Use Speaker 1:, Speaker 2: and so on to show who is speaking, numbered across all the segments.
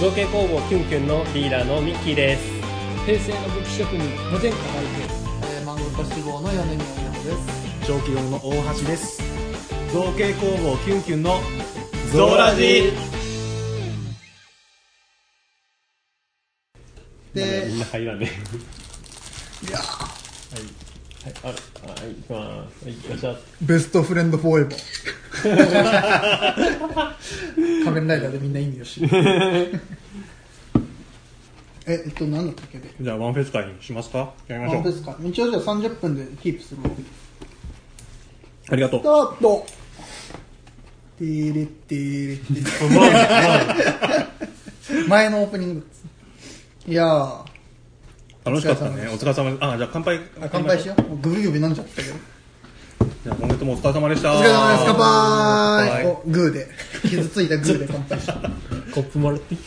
Speaker 1: 造形工房キュンキュンのリーダーのミッキーです
Speaker 2: 平成の武器職人無前科大帝漫画家志望の米宮優です
Speaker 3: 長期用の大橋です造形工房キュンキュンの
Speaker 1: ゾーラジ
Speaker 3: で
Speaker 1: みんな入らね
Speaker 3: いや
Speaker 1: はいあはい行きますはいよっしゃ
Speaker 2: ベストフレンドフォーエバー仮面ライダーでみんな意味を 知るええっと何だったっけで
Speaker 3: じゃあワンフェス会にしますかやりましょ
Speaker 2: あで
Speaker 3: う
Speaker 2: すか一応じゃあ30分でキープするわ
Speaker 3: ありがと
Speaker 2: ス
Speaker 3: う
Speaker 2: タートティーリッティーリッティー前のオープニングいやー
Speaker 3: 楽しかったねお疲れ様ですあじゃあ乾杯
Speaker 2: あ乾杯しようもうグビグビ飲んじゃったけど
Speaker 3: じゃあ今月もお疲れ様でした
Speaker 2: お疲れ様です乾杯
Speaker 3: 乾
Speaker 2: おグーで傷ついたグーで乾杯した
Speaker 1: コップもらっていい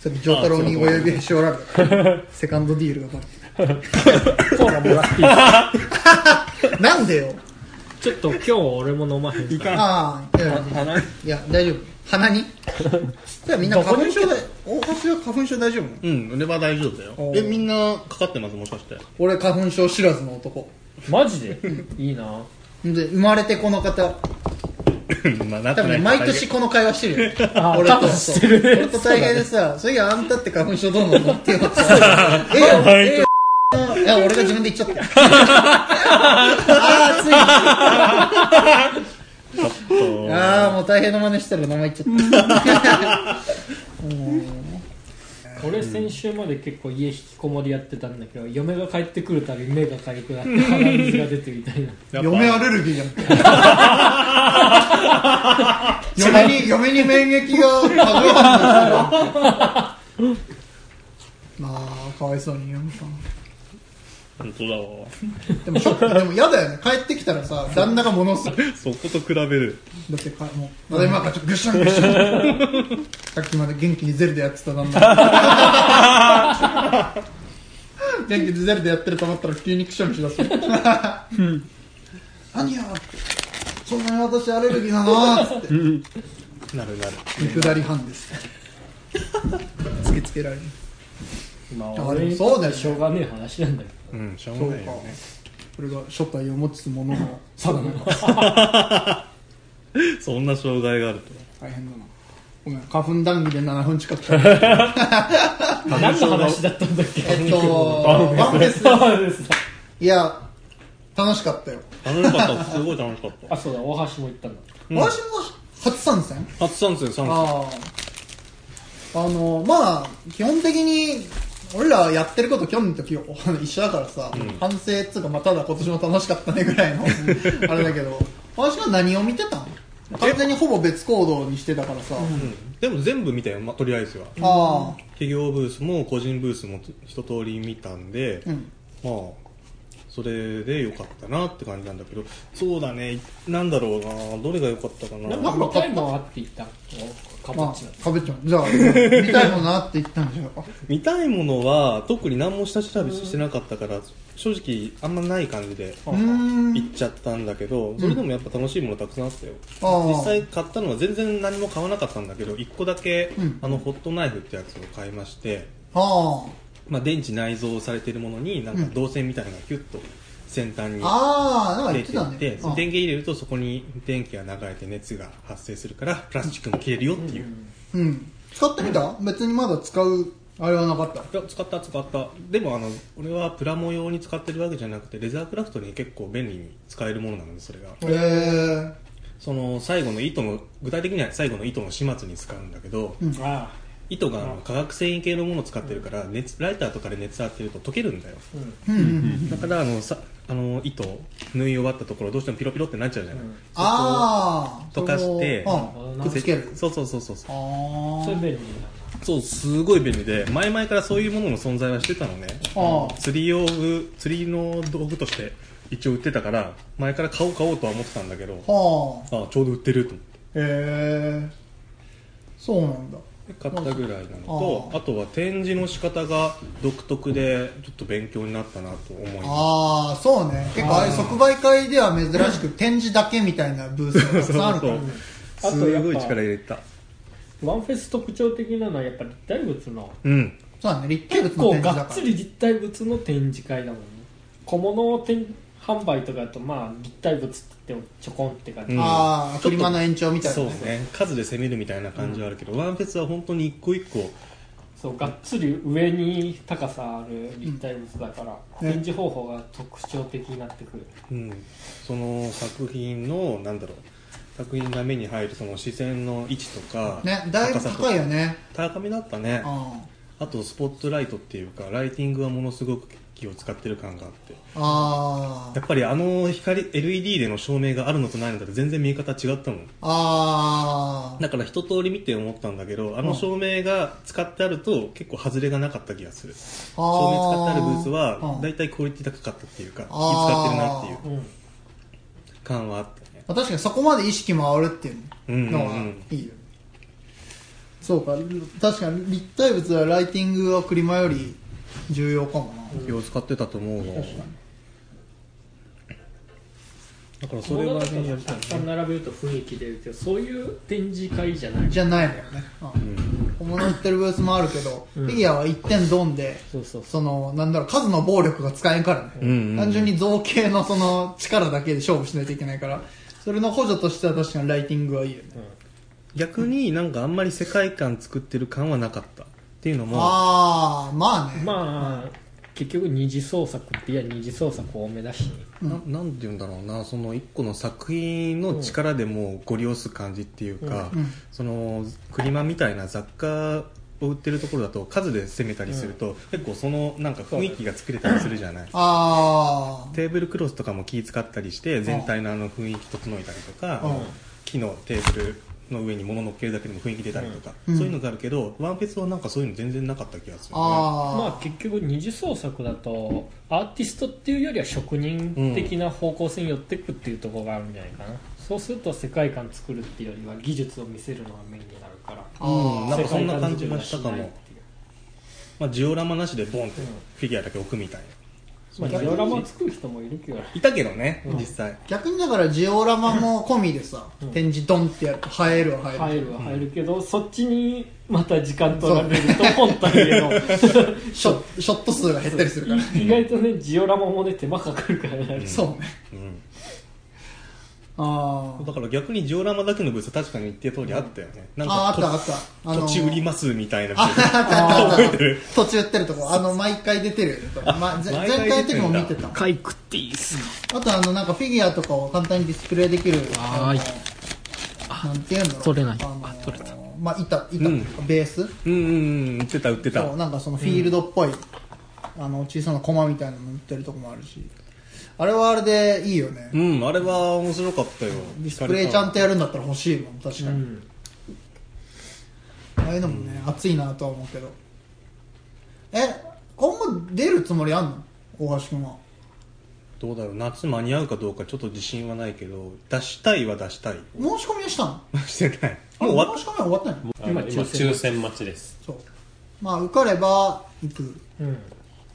Speaker 2: さっき丈太郎に親指へし折られたセカンドディールがバレ
Speaker 1: コーラもらっていい
Speaker 2: たなんでよ
Speaker 1: ちょっと今日俺も飲まへん
Speaker 3: い
Speaker 1: から
Speaker 3: かん
Speaker 2: ああいや
Speaker 3: あない
Speaker 2: いや大丈夫鼻にじゃあみんな
Speaker 1: どこ
Speaker 2: 花
Speaker 1: に
Speaker 2: 粉症だ大橋は花粉症大丈夫
Speaker 3: うん俺は大丈夫だよ
Speaker 2: おー
Speaker 3: えみんなかかってますもしかして
Speaker 2: 俺花粉症知らずの男
Speaker 1: マジでいいな
Speaker 2: で生まれてこの方
Speaker 3: まあなっ
Speaker 2: 多
Speaker 3: て
Speaker 2: 分ね
Speaker 3: ない
Speaker 2: 毎年この会話してるよ
Speaker 1: あ
Speaker 2: 俺
Speaker 1: 多
Speaker 2: と
Speaker 1: 分
Speaker 2: そう
Speaker 1: してるね
Speaker 2: 俺と大概でさそういやあんたって花粉症どうなのって言われて さえ
Speaker 3: 大概
Speaker 2: ええいや俺が自分で言っちゃったよああついに
Speaker 3: ちょっと
Speaker 2: ああもう大変な真似したら名前言っちゃったもう
Speaker 1: 俺先週まで結構家引きこもりやってたんだけど嫁が帰ってくるたび目がかゆくなって鼻水が出てみたいな
Speaker 3: やっぱ
Speaker 2: 嫁アレルギーじ ゃん嫁に嫁に免疫がかぶらんですよま あかわいそうに嫁さん
Speaker 3: 本当だわ
Speaker 2: でもショックでも嫌だよね帰ってきたらさ旦那がものすごいだ
Speaker 3: そこと比べる
Speaker 2: ってかもうただいまからちょっとぐしゃんぐしゃんさっきまで元気にゼルでやってた旦那元気にゼルでやってると思ったら急にくしゃみしだす何やそんなに私アレルギーなのつって
Speaker 3: なるなる
Speaker 2: 見下り班です突きつけられる
Speaker 1: まあ
Speaker 2: あ
Speaker 1: 俺にと
Speaker 2: そう
Speaker 1: っ
Speaker 2: だ
Speaker 1: て
Speaker 2: よね
Speaker 1: しょうがねえ話なんだけど
Speaker 3: うんしょ
Speaker 2: そうう
Speaker 3: が
Speaker 2: か
Speaker 3: ないよね
Speaker 2: これが初体を持つ者の定め
Speaker 3: そんな障害があると
Speaker 2: 大変だなごめん花粉談義で7分近く喋った
Speaker 1: 何の話だったんだっけ
Speaker 2: えっとワンフェスです
Speaker 1: そうです
Speaker 2: いや楽しかったよ
Speaker 3: 楽しかったすごい楽しかった
Speaker 1: あそうだ大橋も行ったんだ
Speaker 3: うん
Speaker 2: 私も初参戦
Speaker 3: 初参戦参戦
Speaker 2: あああのまあ基本的に俺らやってること去年の時一緒だからさ、反省っつうか、まあ、ただ今年も楽しかったねぐら いのあれだけど私は何を見てたの完全にほぼ別行動にしてたからさ、
Speaker 3: うんでも全部見たよ、まあ、とりあえずは
Speaker 2: ああ
Speaker 3: 企業ブースも個人ブースも一通り見たんで、
Speaker 2: うん
Speaker 3: まあそれで良かったなって感じなんだけどそうだねなんだろうなどれが良かったかな
Speaker 1: なんかタイマーあって言ったカ
Speaker 2: ま
Speaker 1: パ
Speaker 2: あ
Speaker 1: チだ
Speaker 2: かぶっちゃうじゃあ見たいものなって言ったんでしょ
Speaker 3: 見たいものは特に何も下調べしてなかったから正直あんまない感じで
Speaker 2: うー
Speaker 3: 行
Speaker 2: ん
Speaker 3: っちゃったんだけどそれでもやっぱ楽しいものたくさんあったよ
Speaker 2: ああ
Speaker 3: 実際買ったのは全然何も買わなかったんだけど1個だけ、
Speaker 2: うん
Speaker 3: あのホットナイフってやつを買いまして
Speaker 2: あ
Speaker 3: まあ、電池内蔵されてるものになんか導線みたいなのがキュッと先端に
Speaker 2: あああなんか
Speaker 3: 出
Speaker 2: 言ってて
Speaker 3: い
Speaker 2: たね
Speaker 3: って、
Speaker 2: ああ
Speaker 3: 電源入れるとそこに電気が流れて熱が発生するからプラスチックも切れるよっていう、
Speaker 2: うん使ってみた別にまだ使うあれはなかった
Speaker 3: いや使った使ったでもあの俺はプラモ用に使ってるわけじゃなくてレザークラフトに結構便利に使えるものなのでそれが
Speaker 2: へえ
Speaker 3: その最後の糸の具体的には最後の糸の始末に使うんだけど、
Speaker 2: うん
Speaker 1: あ
Speaker 3: 糸があの化学繊維系のものを使ってるから熱ライターとかで熱当てると溶けるんだよ
Speaker 1: あうん
Speaker 2: うんうんうん
Speaker 3: だからあのさあの糸を縫い終わったところどうしてもピロピロってなっちゃうじゃない、
Speaker 1: うん
Speaker 2: ああ
Speaker 3: 溶かして
Speaker 2: うんくっつける
Speaker 3: そうそうそうそうそう
Speaker 2: ああ
Speaker 1: それ便利だ
Speaker 3: そうすごい便利で前々からそういうものの存在はしてたのね
Speaker 2: ああ
Speaker 3: 釣り用具釣りの道具として一応売ってたから前から買おう買おうとは思ってたんだけど
Speaker 2: はあ
Speaker 3: あちょうど売ってると思って
Speaker 2: へえそうなんだ
Speaker 3: で買ったぐらいなのと
Speaker 2: あ
Speaker 3: あとは展示の仕方が独特でちょっと勉強になったなと思います
Speaker 2: ああそうね結構ああいう即売会では珍 しく展示だけみたいなブースがたくさんあるから
Speaker 3: そう
Speaker 1: あと
Speaker 3: す
Speaker 1: やっ
Speaker 3: ごい
Speaker 1: ぱ
Speaker 3: 力入れた
Speaker 1: ワンフェス特徴的なのはやっぱ立体物の
Speaker 3: うん
Speaker 2: そうだね立体
Speaker 1: 結
Speaker 2: 物の
Speaker 1: 構
Speaker 2: 展示
Speaker 1: が
Speaker 2: だ
Speaker 1: っ
Speaker 2: か
Speaker 1: つ
Speaker 2: ら
Speaker 1: り立体物の展示会だもんね小物を展販売とかだとまあ立体物って言ってもちょこんって感じ、
Speaker 3: うん
Speaker 2: ああ
Speaker 3: ちょ
Speaker 2: フ
Speaker 3: っと
Speaker 2: リマの延長みたいな
Speaker 3: そうね数で攻めるみたいな感じはあるけど、ワンフェスは本当に一個一個
Speaker 1: そうがっつり上に高さある立体物だから、
Speaker 2: うん
Speaker 1: 展
Speaker 2: ね
Speaker 1: 示方法が特徴的になってくる
Speaker 3: うん、その作品のなんだろう作品が目に入るその視線の位置とか、
Speaker 2: ねだいぶ
Speaker 3: 高さと
Speaker 2: 高いよね
Speaker 3: 高めだったねあ
Speaker 2: あ
Speaker 3: とスポットライトっていうかライティングがものすごく気を使ってる感があって
Speaker 2: あ
Speaker 3: やっぱりあの光 LED での照明があるのとないのとで全然見え方違ったもん
Speaker 2: あー
Speaker 3: だから一通り見て思ったんだけどあ
Speaker 2: う
Speaker 3: の
Speaker 2: ん
Speaker 3: 照明が使ってあると結構外れがなかった気がする
Speaker 2: あ
Speaker 3: 照明使ってあるブース
Speaker 2: う
Speaker 3: は
Speaker 2: ん
Speaker 3: 大体クオリティ高かったっていうか気
Speaker 2: あー
Speaker 3: 使ってるなっていう
Speaker 1: うん
Speaker 3: 感はあったね
Speaker 2: まあ確かにそこまで意識回るっていうの
Speaker 3: うんう
Speaker 2: が
Speaker 3: んうん
Speaker 2: いいよね、そうか確かに立体物はライティングはクリマより重要かもな、
Speaker 3: 気を使ってたと思うわだからそ
Speaker 1: そ
Speaker 3: れ
Speaker 1: れ
Speaker 3: は
Speaker 1: は
Speaker 3: ねやっぱ
Speaker 1: たくさん並べると雰囲気出るけどそういう展示会じゃない
Speaker 2: じゃないもんね、うん、小物売ってるブースもあるけど、
Speaker 1: うん
Speaker 2: フィギュアは一点ドンで
Speaker 1: そうそう
Speaker 2: そのなんだろう数の暴力が使えんからね、
Speaker 3: うんうんうん
Speaker 2: 単純に造形のその力だけで勝負しないといけないからそれの補助としては確かにライティングはいいよね
Speaker 3: 逆になんかあんまり世界観作ってる感はなかったっていうのも
Speaker 2: ああまあね、
Speaker 1: まあ結局二次創作っていや二次創作多めだし
Speaker 3: ななんて言うんだろうなその一個の作品の力でもうご利用す感じっていうか、
Speaker 2: うん
Speaker 3: そのクリマみたいな雑貨を売ってるところだと数で攻めたりすると、結構そのなんか雰囲気が作れたりするじゃない
Speaker 2: あ
Speaker 3: テーブルクロスとかも気使ったりして全体のあの雰囲気整えたりとか、
Speaker 2: うん
Speaker 3: 木のテーブルの上に物乗っけるだけでも雰囲気出たりとか、
Speaker 2: うん
Speaker 3: そういうのがあるけどワンフェスはなんかそういうの全然なかった気がする、ね、
Speaker 1: ま
Speaker 2: あ
Speaker 1: あ結局二次創作だとアーティストっていうよりは職人的な方向性に寄ってくっていうところがあるんじゃないかな、そうすると世界観作るっていうよりは技術を見せるのがメインになるから
Speaker 2: あー
Speaker 3: うんなんかそんな感じがした
Speaker 1: 世界観作
Speaker 3: かも
Speaker 1: りはしないっていう
Speaker 3: まあ、ジオラマなしでボンって
Speaker 1: うん
Speaker 3: フィギュアだけ置くみたいな、
Speaker 1: まあジオラマ作る人もいるけど
Speaker 3: いたけどね、
Speaker 1: うん
Speaker 3: 実際
Speaker 2: 逆にだからジオラマも込みでさ、
Speaker 1: うん
Speaker 2: 展示ドンってやると映えるは映
Speaker 1: 入
Speaker 2: える、
Speaker 1: るは入るけど、そっちにまた時間取られると本体 への
Speaker 2: ショショット数が減ったりするから
Speaker 1: 意外とねジオラマもね手間かかるからね、
Speaker 3: ん
Speaker 2: そうね
Speaker 3: うん
Speaker 2: あー
Speaker 3: だから逆にジオラマだけのブースは確かに言ってる通りあったよね、なん
Speaker 2: あーあ
Speaker 3: か
Speaker 2: っ
Speaker 3: と
Speaker 2: たあったあのー
Speaker 3: 土地売りますみたいなブ
Speaker 2: あ
Speaker 3: ース
Speaker 2: あったあったあった
Speaker 3: 覚えてる
Speaker 2: 土地売ってるとこあの毎回出てるよねこれまぜ
Speaker 3: 毎
Speaker 2: 前
Speaker 3: 回
Speaker 2: 回の時も見て
Speaker 3: 出てん
Speaker 2: た
Speaker 1: かいくっていいっす
Speaker 2: あとあのなんかフィギュアとかを簡単にディスプレイできる
Speaker 1: はーい
Speaker 2: あのなんていうんだろう
Speaker 1: 取れない
Speaker 2: あのー
Speaker 1: あ取れた
Speaker 2: まあ板板、
Speaker 3: うん
Speaker 2: ベース
Speaker 3: うんうんうん売ってた売ってた
Speaker 2: そうなんかそのフィールドっぽい、あの小さなコマみたいなの売ってるとこもあるしあれはあれでいいよね、
Speaker 3: うんあれは面白かったよ
Speaker 2: ディスプレイちゃんとやるんだったら欲しいもん確
Speaker 1: う
Speaker 2: かに、
Speaker 1: ん
Speaker 2: ああいうのもね熱いなとは思うけどえ今後出るつもりあんの大橋君は
Speaker 3: どうだろう夏間に合うかどうかちょっと自信はないけど出したいは出したい
Speaker 2: 申し込みはしたの
Speaker 3: してない
Speaker 2: あ
Speaker 3: もう終わっ
Speaker 2: 申し込みは終わったの
Speaker 4: あの
Speaker 1: 今
Speaker 4: 今
Speaker 1: 抽
Speaker 4: 抽選待ちです
Speaker 2: そうまあ受かれば行く
Speaker 1: うん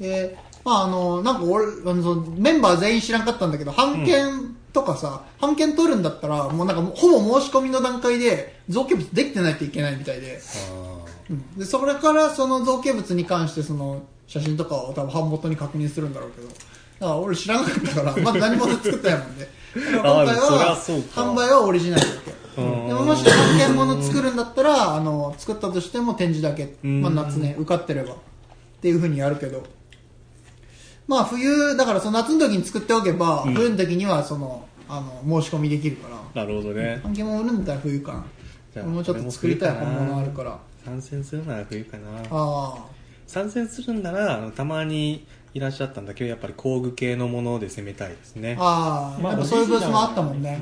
Speaker 2: でまああのなんか俺あのそのメンバー全員知らんかったんだけど判券とかさ、判券取るんだったらもうなんかほぼ申し込みの段階で造形物できてないといけないみたいで,、
Speaker 3: あ
Speaker 2: うん、でそれからその造形物に関してその写真とかを多分版元に確認するんだろうけどだから俺知らなかった からまだ何も作ってないもんでだから今回
Speaker 3: あーそりゃ
Speaker 2: は
Speaker 3: そうか
Speaker 2: 販売はオリジナルだけ
Speaker 3: ーうん
Speaker 2: でももし版権物作るんだったらあの作ったとしても展示だけ、
Speaker 3: うん
Speaker 2: まあ、夏ね受かってればっていうふうにやるけどまあ冬だからその夏の時に作っておけば、
Speaker 3: ん
Speaker 2: 冬の時にはそのあの申し込みできるから
Speaker 3: なるほどね
Speaker 2: 版権も売るんだったら冬か
Speaker 3: じ
Speaker 2: な
Speaker 3: ゃあ
Speaker 2: もうちょっと作りたい
Speaker 3: 俺も
Speaker 2: 本
Speaker 3: 冬かな
Speaker 2: 物あるからあ
Speaker 3: 参戦するなら冬かな
Speaker 2: あ
Speaker 3: 参戦するならあのたまにいらっしゃったんだけどやっぱり工具系のもので攻めたいですね
Speaker 2: ああ、
Speaker 1: まあ
Speaker 2: やっぱそういうブースもあったもんね、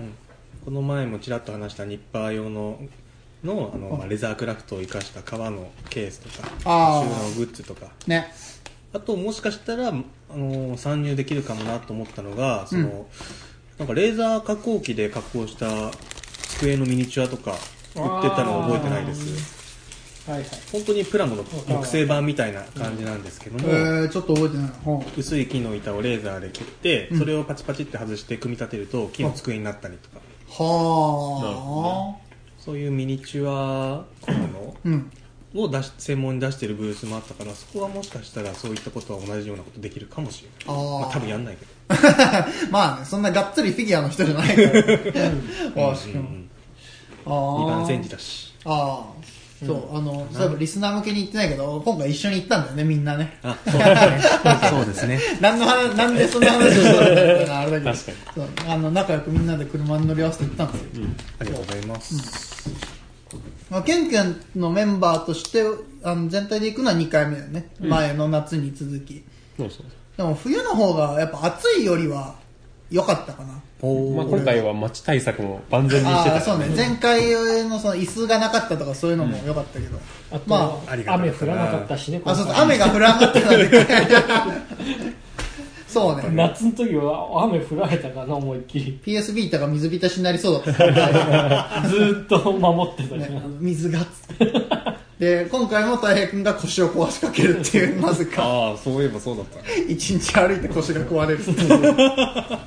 Speaker 3: この前もちらっと話したニッパー用ののあの、まあ、レザークラフトを生かした革のケースとか
Speaker 2: あー
Speaker 3: 収納グッズとか
Speaker 2: ね
Speaker 3: あともしかしたら、あのー参入できるかもなと思ったのがその、
Speaker 2: うん
Speaker 3: なんかレーザー加工機で加工した机のミニチュアとか売ってたのを覚えてないです
Speaker 1: はいはい
Speaker 3: 本当にプラモの木製版みたいな感じなんですけど
Speaker 2: え
Speaker 3: も、
Speaker 2: ー、ちょっと覚えてない本
Speaker 3: 薄い木の板をレーザーで切って、
Speaker 2: うん
Speaker 3: それをパチパチって外して組み立てると木の机になったりとか、
Speaker 2: はあ
Speaker 3: そういうミニチュア小物
Speaker 2: うん
Speaker 3: を出し専門に出してるブースもあったからそこはもしかしたらそういったことは同じようなことできるかもしれない
Speaker 2: あー
Speaker 3: まあ、多分やんないけど
Speaker 2: まあねそんながっつりフィギュアの人じゃないから大橋
Speaker 3: うんう
Speaker 2: 君
Speaker 3: ん
Speaker 2: あー
Speaker 3: 二番煎じだし
Speaker 2: ああそう、あのそういえばリスナー向けに言ってないけど今回一緒に行ったんだよねみんなね
Speaker 3: あそうですねそうですね
Speaker 2: 何の話なんでそんな話をしたのかっていうのはあれだけど
Speaker 1: 確かに
Speaker 2: そうあの仲良くみんなで車に乗り合わせて行ったんですよ、
Speaker 3: ありがとうございます、
Speaker 2: まあ、ケンケンのメンバーとしてあの全体で行くのは2回目だよね、前の夏に続き
Speaker 4: そうそう
Speaker 2: でも冬の方がやっぱ暑いよりは良かったかな
Speaker 3: おー
Speaker 4: まあ、今回は街対策も万全にして
Speaker 2: あ
Speaker 4: た
Speaker 2: あそうね前回のその椅子がなかったとかそういうのも良かったけど、
Speaker 1: あと、
Speaker 2: ま
Speaker 3: ありがたか
Speaker 1: 雨
Speaker 3: った
Speaker 1: 降
Speaker 3: な
Speaker 1: らなかったしね
Speaker 2: ああそうそう
Speaker 1: 今回
Speaker 2: 雨が降らなかったの でそうね
Speaker 1: 夏の時は雨降られたかな思いっきり
Speaker 2: PS ビータが水浸しになりそうだった
Speaker 1: ずーっと守ってた じゃ
Speaker 2: ね
Speaker 1: ん、
Speaker 2: 水がっつってで今回もたい平君が腰を壊しかけるっていうなぜか
Speaker 3: ああそういえばそうだったね
Speaker 2: 一日歩いて腰が壊れるっていう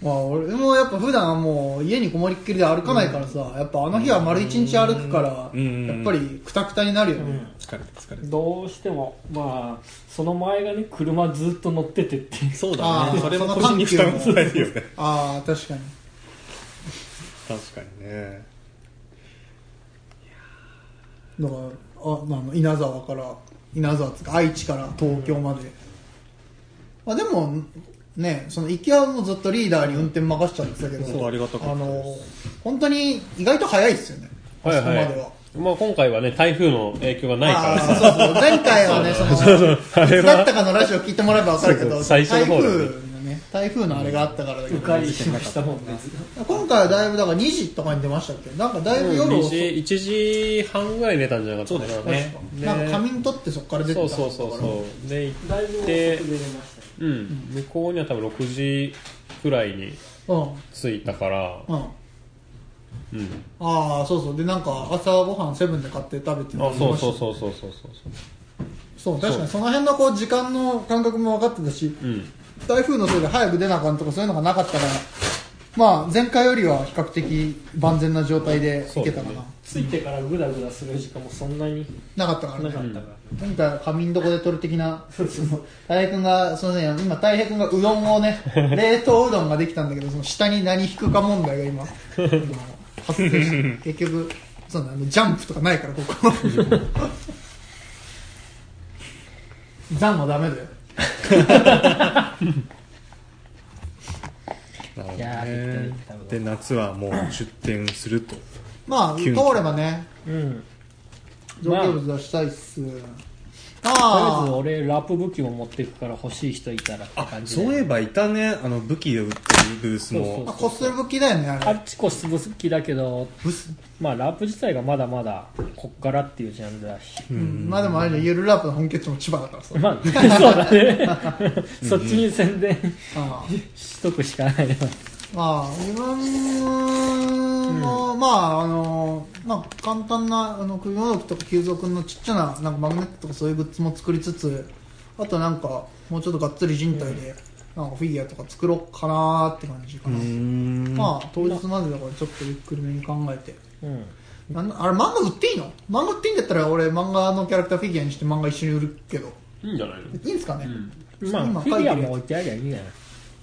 Speaker 2: まあ俺もやっぱ普段はもう家にこもりっきりで歩かないからさ、やっぱあの日は丸一日歩くから、
Speaker 3: うん
Speaker 2: やっぱりくたくたになるよね、
Speaker 3: 疲れた疲れた
Speaker 1: どうしてもまあその前がね車ずーっと乗っててっていう
Speaker 3: そう
Speaker 2: あ
Speaker 3: だ
Speaker 2: ー
Speaker 3: ねそれも腰に負担するよね
Speaker 2: ああ確かに
Speaker 3: 確かにね
Speaker 2: だからああの稲沢から稲沢っつうか愛知から東京まで、まあ、でもねその行きはもうずっとリーダーに運転任せちゃってたけど
Speaker 3: そうありがたかった
Speaker 2: あの本当に意外と早いですよねあ
Speaker 4: は
Speaker 2: そ
Speaker 4: い
Speaker 2: こまでは、
Speaker 4: はいまあ、今回はね台風の影響がない
Speaker 2: あ
Speaker 4: か
Speaker 2: あ
Speaker 4: ら
Speaker 2: そうそう前回はねそのいつだったかのラジオ聞いてもらえば分かるけ
Speaker 4: そう
Speaker 2: ど
Speaker 4: そう最初の方だね
Speaker 2: 台風のね台風のあれがあったからだけ
Speaker 1: 迂
Speaker 2: ど
Speaker 1: 回しましたもんね
Speaker 2: 今回はだいぶだから2時とかに出ましたっけなんかだいぶ夜
Speaker 4: 2
Speaker 2: 遅
Speaker 4: 時
Speaker 2: い、
Speaker 4: 1時半ぐらい寝たんじゃなかったかな
Speaker 3: そうですね
Speaker 4: ね
Speaker 2: なんか仮眠取ってそこから出
Speaker 4: そ
Speaker 2: てた
Speaker 4: うそうそう
Speaker 2: う
Speaker 4: そうで行
Speaker 1: だいぶ遅
Speaker 4: っ
Speaker 1: く
Speaker 4: て
Speaker 1: 出れましたね
Speaker 4: うん向こうには多分6時くらいに
Speaker 2: そ
Speaker 4: 着いたから
Speaker 2: うんうん
Speaker 4: うん
Speaker 2: ああそうそうでなんか朝ごはんセブンで買って食べて
Speaker 4: あそうそうそうそ
Speaker 2: う
Speaker 4: うそうそうそ
Speaker 2: そう確かにその辺のこう時間の感覚も分かってたし
Speaker 4: ううん
Speaker 2: 台風のせいで早く出なあかんとかそういうのがなかったからまあ前回よりは比較的万全な状態でいけたか
Speaker 4: そうだ
Speaker 2: な、
Speaker 4: ね
Speaker 1: 着いてからグダグダする時間もそんなに
Speaker 2: なかったから
Speaker 1: な
Speaker 2: ね
Speaker 1: かったから、
Speaker 2: 今回は仮眠どこで取る的なたい平君がそのね今たい平君がうどん をね冷凍うどんができたんだけどその下に何引くか問題が今あの発生して結局そうねあのジャンプとかないからここザンはダメだよ
Speaker 3: なるほど
Speaker 1: いやー
Speaker 3: ねで夏はもう出店すると
Speaker 2: まあ通
Speaker 3: 急に
Speaker 2: ればね
Speaker 1: うん
Speaker 2: 上級物出したいっす、あ
Speaker 1: とりあえず俺
Speaker 2: あ
Speaker 1: ラップ武器も持っていくから欲しい人いたらって
Speaker 3: あ
Speaker 1: 感じで
Speaker 3: そういえばいたねあの武器で売ってるブース
Speaker 1: そう
Speaker 2: まあ
Speaker 3: も
Speaker 2: こっそり武器だよねあ
Speaker 1: あ
Speaker 2: れ
Speaker 1: っちこすぶ好きだけど
Speaker 2: ブス
Speaker 1: まあラップ自体がまだまだこっからっていうジャンルだ し
Speaker 2: うんまあでもあれじゃんゆるラップの本拠地も千葉だからさ
Speaker 1: まあそうだねそっちに宣伝
Speaker 2: ああ
Speaker 1: しとくしかないな
Speaker 2: まあ、自分も、まあ、あの、まあ、簡単な、あの、首もどきとか、久蔵君のちっちゃな、なんかマグネットとかそういうグッズも作りつつ、あとなんか、もうちょっとがっつり人体で、なんかフィギュアとか作ろうかなーって感じかな。
Speaker 3: うん
Speaker 2: まあ、当日までだからちょっとゆっくりめに考えて。
Speaker 1: うん
Speaker 2: なんあれ、漫画売っていいの漫画売っていいんだったら、俺、漫画のキャラクターフィギュアにして漫画一緒に売るけど。
Speaker 4: いいんじゃないの
Speaker 2: いいんすかね、
Speaker 1: まあ
Speaker 2: 今
Speaker 1: フ
Speaker 2: 書
Speaker 1: ィ
Speaker 2: い
Speaker 1: ギュ
Speaker 2: て
Speaker 1: ア
Speaker 2: るや
Speaker 1: も
Speaker 2: つ
Speaker 1: 置いてありゃいいんやな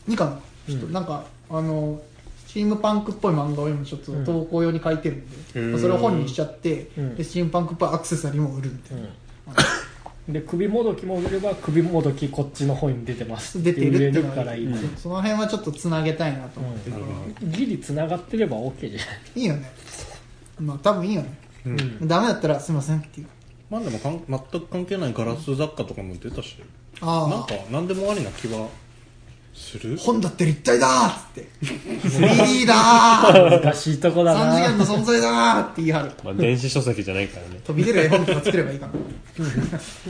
Speaker 2: 二巻ちょっとなんか、あのチームパンクっぽい漫画を今ちょっと投稿用に書いてるんで、
Speaker 3: うん
Speaker 2: まあそれを本にしちゃって、
Speaker 1: うん
Speaker 2: でチームパンクっぽいアクセサリーも売るんで、
Speaker 1: うんで首もどきも売れれば首もどきこっちの方に出てます
Speaker 2: 出てるっていう
Speaker 1: 売
Speaker 2: の
Speaker 1: れからいい、
Speaker 2: そうその辺はちょっとつなげたいなと思ってるから、
Speaker 1: ギリ繋がってれば OK じゃ
Speaker 2: いいよねまあ多分いいよね、
Speaker 3: うん
Speaker 2: ダメだったらすいませんっていう
Speaker 3: まあでもかん全く関係ないガラス雑貨とかも出たしなん
Speaker 2: あ
Speaker 3: か
Speaker 2: あ
Speaker 3: 何でもありな気はする
Speaker 2: 本だって立体だーっつって 3D だー
Speaker 1: ない難しいとこだ
Speaker 2: 3次
Speaker 1: な
Speaker 2: 元の存在だーって言い張る
Speaker 4: まあ、電子書籍じゃないからね
Speaker 2: 飛び出る絵本とか作ればいいかな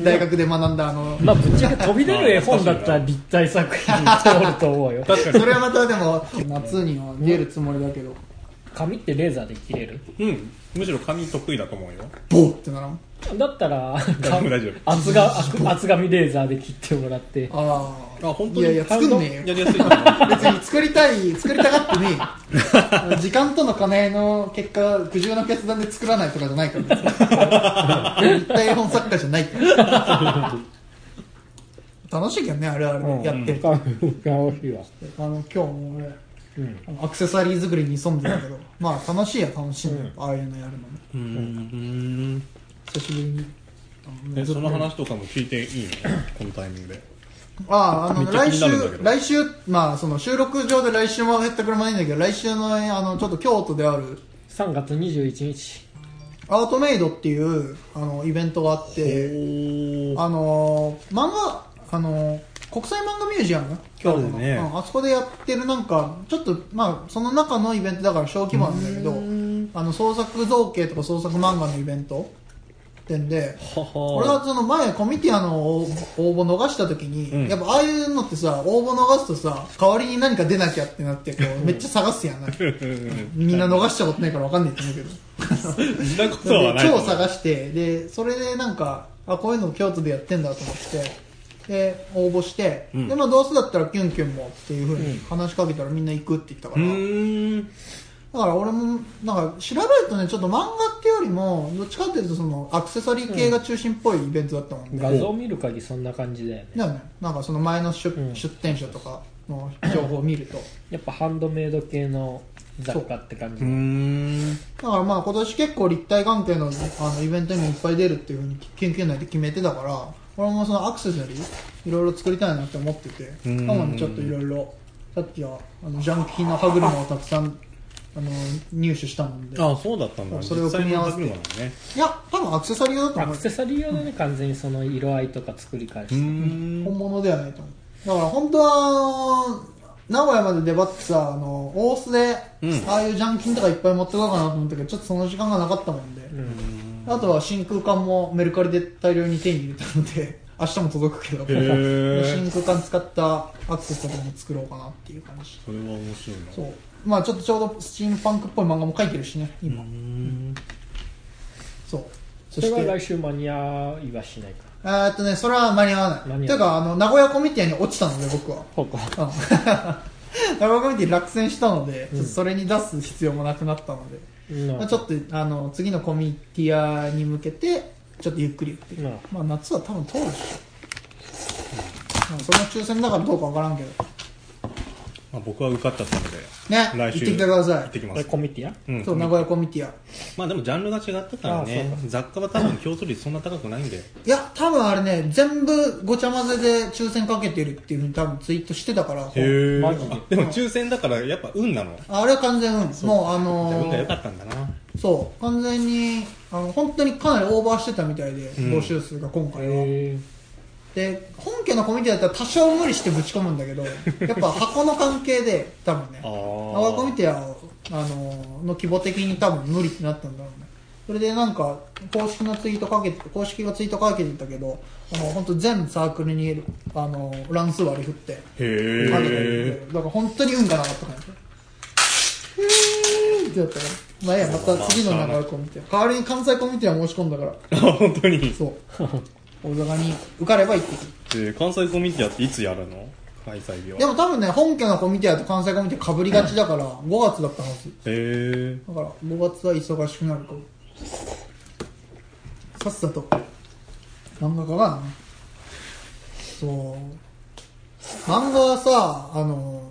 Speaker 2: 大学で学んだあの
Speaker 1: まあぶっちゃけ飛び出る絵本だったら立体作品通ると思 うよ
Speaker 2: それはまたでも夏には出るつもりだけど
Speaker 1: 紙ってレーザーで切れる
Speaker 3: うんむしろ紙得意だと思うよ
Speaker 2: ボーってならん
Speaker 1: だったら
Speaker 3: 大丈夫大丈夫
Speaker 1: 厚が厚厚紙レーザーで切ってもらって
Speaker 2: あ
Speaker 3: あ本当
Speaker 2: い
Speaker 3: に
Speaker 2: やいや作んねえよ
Speaker 3: やりやすいと思う
Speaker 2: 別に作りたい、作りたがってねえよ 時間との金の結果、苦渋の決断で作らないとかじゃないから、別に。絶対絵本作家じゃないから。 楽しいけどね、あれはあれでやってると。
Speaker 1: 楽しいわ
Speaker 2: あの、今日も俺、
Speaker 1: うん
Speaker 2: あのアクセサリー作りに潜んでたけど、まあ楽しいや楽しいんだよ、ああいうのやるのね。
Speaker 3: うーん
Speaker 2: 久しぶりに。あのね
Speaker 3: えその話とかも聞いていいのこのタイミングで
Speaker 2: あああ
Speaker 3: め
Speaker 2: の
Speaker 3: っちゃ
Speaker 2: 来
Speaker 3: 気に
Speaker 2: 週
Speaker 3: なるんだけど
Speaker 2: 来週まあその収録上で来週も減ったくれもないんだけど来週のねあのちょっと京都である
Speaker 1: 3月21日
Speaker 2: アートメイドっていうあのイベントがあって
Speaker 3: お
Speaker 2: あの漫画あの国際漫画ミュージアム
Speaker 3: 京都
Speaker 2: の
Speaker 3: でね
Speaker 2: うんあそこでやってるなんかちょっとまあその中のイベントだから小規模なんだけどあの創作造形とか創作漫画のイベントってんで俺はその前コミティアの応応募逃した時に、
Speaker 3: うん
Speaker 2: やっぱああいうのってさ応募逃すとさ代わりに何か出なきゃってなってこうめっちゃ探すやんなんかみんな逃したことないから分かんないと思うけど
Speaker 3: そんなことはない
Speaker 2: で超探してでそれでなんかあこういうの京都でやってんだと思ってで応募して、
Speaker 3: うん
Speaker 2: でまあ、どうせだったらキュンキュンもっていうふうに話しかけたらみんな行くって言ったか
Speaker 3: う
Speaker 2: ら、
Speaker 3: ーん
Speaker 2: だから俺もなんか調べるとねちょっと漫画っていうよりもどっちかっていうとそのアクセサリー系が中心っぽいイベントだったもんね、
Speaker 1: 画像を見る限りそんな感じだよね
Speaker 2: だよねなんかその前の出,、
Speaker 1: うん
Speaker 2: 出店者とかの情報を見ると
Speaker 1: やっぱハンドメイド系の雑貨って感
Speaker 3: う
Speaker 1: じ
Speaker 3: ーん
Speaker 2: だからまあ今年結構立体関係のあのイベントにもいっぱい出るっていうふうに研究内で決めてたから俺もそのアクセサリーいろいろ作りたいなって思ってて
Speaker 3: うん
Speaker 2: 今もちょっといろいろさっきはあのジャンク品の歯車をたくさんあの入手したので
Speaker 3: あそうだったんだ
Speaker 2: それを組み合わせて
Speaker 3: 実際の歯車なのね
Speaker 2: いや多分アクセサリーだと
Speaker 1: ア
Speaker 2: 思う
Speaker 1: クセサリー用だね完全にその色合いとか作り返し
Speaker 3: う
Speaker 1: て、
Speaker 3: ーん
Speaker 2: 本物ではないと思うだから本当は名古屋まで出張ってさあの大須で、
Speaker 3: うん
Speaker 2: ああいうジャンキンとかいっぱい持ってこようかなと思ったけどちょっとその時間がなかったもんで、
Speaker 1: うん
Speaker 2: あとは真空管もメルカリで大量に手に入れたので 明日も届くけど
Speaker 3: へー
Speaker 2: 真空管使ったアクセスとかも作ろうかなっていう感じ
Speaker 3: それは面白いな
Speaker 2: そうまあちょっとちょうどスチームパンクっぽい漫画も描いてるしね今、
Speaker 3: うん
Speaker 2: そう
Speaker 1: そ
Speaker 2: そし
Speaker 1: れが
Speaker 2: て
Speaker 1: 来週間に合いはしないか
Speaker 2: えーっとねそれは間に合わ
Speaker 1: 間
Speaker 2: ない
Speaker 1: に合わない
Speaker 2: ていうかあの名古屋コミティアに落ちたので僕は
Speaker 1: ほうか
Speaker 2: うん名古屋コミティ落選したので、ちょっとそれに出す必要もなくなったので、まあ、ちょっとあの次のコミティアに向けてちょっとゆっくりゆっくり、
Speaker 1: うん
Speaker 2: まあ、夏は多分通るでしょ、うん、それも抽選だからどうか分からんけど
Speaker 3: まあ僕は受かっちゃったので
Speaker 2: ね行って
Speaker 3: 来週
Speaker 2: きてくださ
Speaker 3: 行って
Speaker 2: い
Speaker 3: きま
Speaker 1: これ
Speaker 3: す
Speaker 1: コミティア
Speaker 3: うん
Speaker 2: そう名古屋コミティア
Speaker 3: まあでもジャンルが違ってたらね
Speaker 1: あ
Speaker 3: 雑貨は多分競争率そんな高くないんで
Speaker 2: いや多分あれね全部ごちゃ混ぜで抽選かけてるっていうふうに多分ツイートしてたから
Speaker 3: え
Speaker 1: マジで
Speaker 3: でも抽選だからやっぱ運なの
Speaker 2: あれは完全運もうあ
Speaker 3: じゃあ
Speaker 2: の
Speaker 3: 運が良かったんだな
Speaker 2: そう完全にあの本当にかなりオーバーしてたみたいで、
Speaker 3: ん
Speaker 2: 募集数が今回は、
Speaker 1: へ
Speaker 2: で本家のコミュニティだったら多少無理してぶち込むんだけ どやっぱ箱の関係で多分ね
Speaker 3: あー
Speaker 2: 青コミュニティはあのの規模的に多分無理ってなったんだろうねそれでなんか公式のツイートかけて公式がツイートかけてたけどあの本当全サークルにあの乱数割り振って
Speaker 3: へ
Speaker 2: かけてるんだ
Speaker 3: え
Speaker 2: けどだから本当に運がなかった感じへーってやったねまあいいやまた次の長いコミュニティ代わりに関西コミュニティは申し込んだから
Speaker 3: あ本当 に
Speaker 2: そう大阪に受かれば行ってくる
Speaker 3: えー関西コミュニティアっていつやるの開催日は
Speaker 2: でも多分ね、本家のコミュニティアと関西コミュニティア被りがちだから、5月だったはず。
Speaker 3: へえ
Speaker 2: だから、5月は忙しくなるかも。さっさと、漫画家がな。そう。漫画はさ、あの、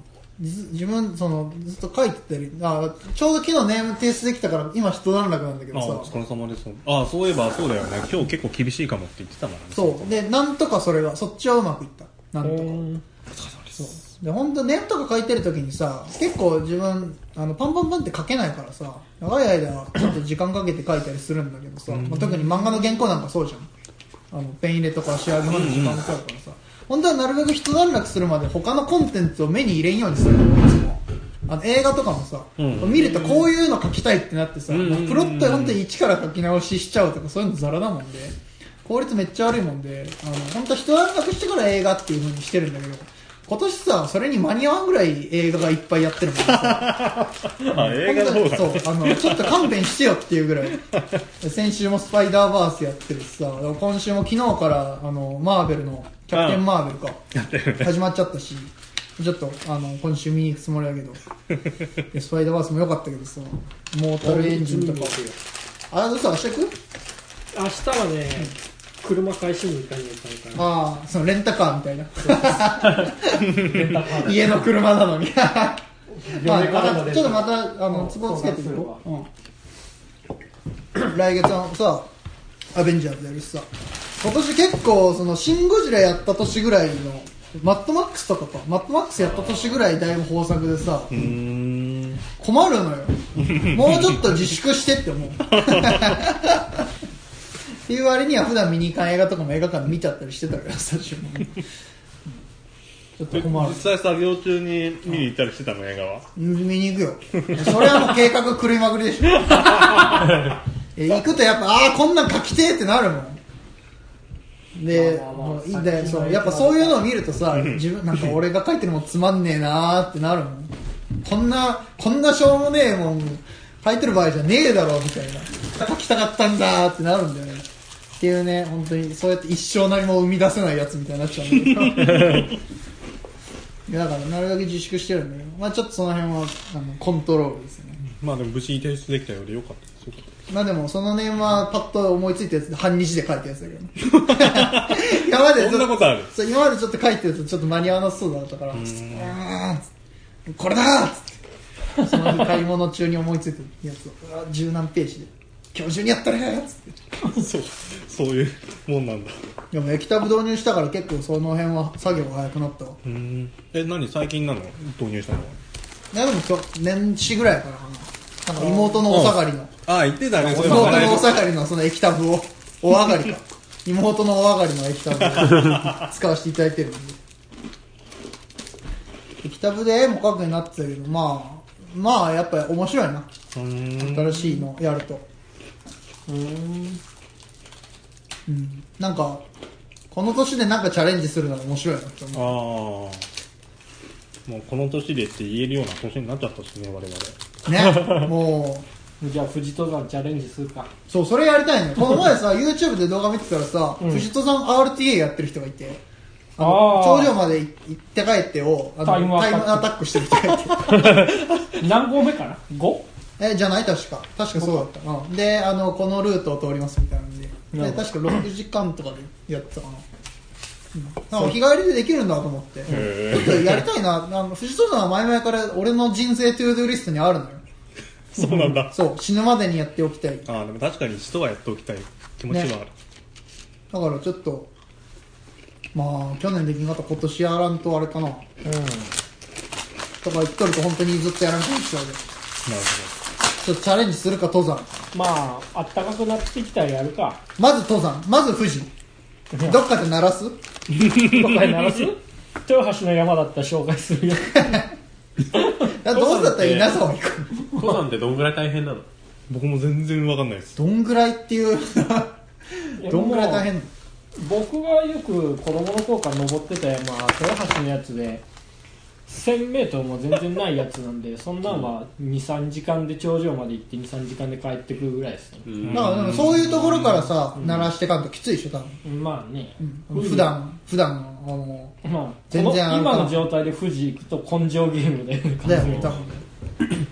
Speaker 2: ず自分、その、ずっと書いてたり、あちょうど昨日ネーム提出できたから、今一段落なんだけ
Speaker 3: あお
Speaker 2: どさ
Speaker 3: 疲。れ様ですあそういえばそうだよね今日結構厳しいかもって言ってたからね
Speaker 2: そう。で、なんとかそれが、そっちはうまくいった。なんとか。そうで本当ネットが書いてる時にさ結構自分あのパンパンパンって書けないからさ長い間ちょっと時間かけて書いたりするんだけどさ、まあ、特に漫画の原稿なんかそうじゃんあのペン入れとか仕上げまで時間かかるからさ、本当はなるべく一段落するまで他のコンテンツを目に入れんようにするのいつもあの映画とかもさ、
Speaker 3: うん
Speaker 2: 見るとこういうの書きたいってなってさ、
Speaker 3: うんうんうんうん
Speaker 2: プロット本当に一から書き直ししちゃうとかそういうのザラだもんで効率めっちゃ悪いもんであの本当は一段落してから映画っていう風にしてるんだけど今年さそれに間に合わんぐらい映画がいっぱいやってるもんさ
Speaker 3: あ映画の方が
Speaker 2: そうあのちょっと勘弁してよっていうぐらい先週も「スパイダーバース」やってるしさ今週も昨日からあのマーベルのキャプテンマーベルか。始まっちゃったし、ちょっと、あの、今週見に行くつもりだけど、でスパイダーバースも良かったけど、その、モータルエンジンとか。あ、どうした明日行く
Speaker 1: 明日はね、車返しに行かにいかんか
Speaker 2: ああ、そのレンタカーみたいな。
Speaker 1: らレンタカーで
Speaker 2: 家の車なのに。まあ、
Speaker 1: 嫁からのレ
Speaker 2: また
Speaker 1: ン
Speaker 2: ちょ
Speaker 1: タカ
Speaker 2: っとまた、あ
Speaker 1: う
Speaker 2: の、
Speaker 1: ん
Speaker 2: ツボつけていこう。うん。来月のさ、アベンジャーズやるしさ。今年結構、その、シン・ゴジラやった年ぐらいの、マットマックスとかか、マットマックスやった年ぐらいだいぶ豊作でさ、
Speaker 3: うん
Speaker 2: 困るのよ。もうちょっと自粛してって思う。っていう割には普段見に行かん映画とかも映画館で見ちゃったりしてたから、最初 も。うんちょっと困る
Speaker 4: 実。際作業中に見に行ったりしてたの映画は
Speaker 2: 見に行くよそれはもう計画狂いまくりで しょえ行くとやっぱああこんなん書きてえってなるもんで
Speaker 1: まあまあまあ
Speaker 2: もういい
Speaker 1: 作品
Speaker 2: ん
Speaker 1: の影
Speaker 2: だよ
Speaker 1: 響
Speaker 2: そうやっぱそういうのを見るとさ自分なんか俺が書いてるもんつまんねえなーってなるもんこんなこんなしょうもねえもん書いてる場合じゃねえだろみたいな書きたかったんだーってなるんだよねっていうね本当にそうやって一生何も生み出せないやつみたいになっちゃうんだけどいやだからなるだけ自粛してるんで、まあちょっとその辺はあのコントロールですね。
Speaker 3: まあでも無事に提出できたようでよかったですよ
Speaker 2: まあでもその年はパッと思いついたやつで半日で書いたやつだけど ね。今まで
Speaker 3: そん
Speaker 2: ちょ
Speaker 3: な
Speaker 2: っ
Speaker 3: こととある
Speaker 2: そう今までちょっと書いてるとちょっと間に合わなそうだったから、うーんっつってこれだーっつってその日買い物中に思いついたやつをうわ十何ページで今日中にやったねーっつって。
Speaker 3: そうそういうもんなんだ
Speaker 2: でも液タブ導入したから結構その辺は作業が早くなったわ。
Speaker 3: うんえ何最近なの導入したの
Speaker 2: いやでも今日年始ぐらいからかな。なんか妹のお下がりの。
Speaker 3: ああ言ってたね
Speaker 2: 妹のお下がりのその液タブを、お上がりか。妹のお上がりの液タブを使わせていただいてるんで。液タブで絵も描くようになってたけど、まあ、まあやっぱり面白いな。
Speaker 3: うん
Speaker 2: 新しいのやると。うん。なんか、この年でなんかチャレンジするのが面白いなって
Speaker 3: ああ
Speaker 2: 思う。
Speaker 3: もうこの年でって言えるような年になっちゃったしね我々
Speaker 2: ね。もう、
Speaker 1: じゃあ富士登山チャレンジするか
Speaker 2: そう、それやりた いのよ。この前さ、YouTube で動画見てたらさ、
Speaker 1: うん
Speaker 2: 藤戸さん RTA やってる人がいて、あの
Speaker 1: あー
Speaker 2: 頂上まで行って帰ってを、あの
Speaker 1: タイムアタック
Speaker 2: アタックしてる 人がいて。
Speaker 1: 何合目かな 5?
Speaker 2: え、じゃない確か。確かそうだった。うん、で、あの、このルートを通りますみたいなんで。で、
Speaker 1: なる
Speaker 2: 確
Speaker 1: ほ
Speaker 2: か
Speaker 1: ど
Speaker 2: 6時間とかでやってたかな。うん、なんか日帰りでできるんだと思って。
Speaker 3: へ
Speaker 2: ちょっとやりたいな。あの藤戸さんは前々から俺の人生トゥードゥーリストにあるのよ。
Speaker 3: そうなんだ
Speaker 2: そう、死ぬまでにやっておきたい。
Speaker 3: ああでも確かに一度はやっておきたい気持ちはある、
Speaker 2: だからちょっと、まあ、去年できなかった今年やらんとあれかな。
Speaker 1: うん
Speaker 2: とか言っとると本当にずっとやらなくなっちゃうで。
Speaker 3: なる
Speaker 2: ちょっとチャレンジするか登山。
Speaker 1: まああったかくなってきたらや るか
Speaker 2: まず登山。まず富士。どっかで鳴らす
Speaker 1: 今回鳴らす豊橋の山だったら紹介す るよ
Speaker 2: だどうせだったら稲沢行く。
Speaker 4: 登山ってどんぐらい大変なの
Speaker 3: ほど僕も全然わかんないです
Speaker 2: どんぐらいっていう、どんぐらい大変なの
Speaker 1: 僕がよく子供の頃から登ってた山は豊橋のやつで 1000m も全然ないやつなん でそんなんは23時間で頂上まで行って23時間で帰ってくるぐらいですね、
Speaker 4: うん
Speaker 2: だからでもそういうところからさ、鳴らしてかんときついでしょ、多分。
Speaker 1: まあね、
Speaker 2: うん、普段、普段の、あの、
Speaker 1: まあ、こ
Speaker 2: 全
Speaker 1: の
Speaker 2: 然あるか
Speaker 1: 今
Speaker 2: ら
Speaker 1: の状態で富士行くと根性ゲームで
Speaker 2: だよね、多分ね。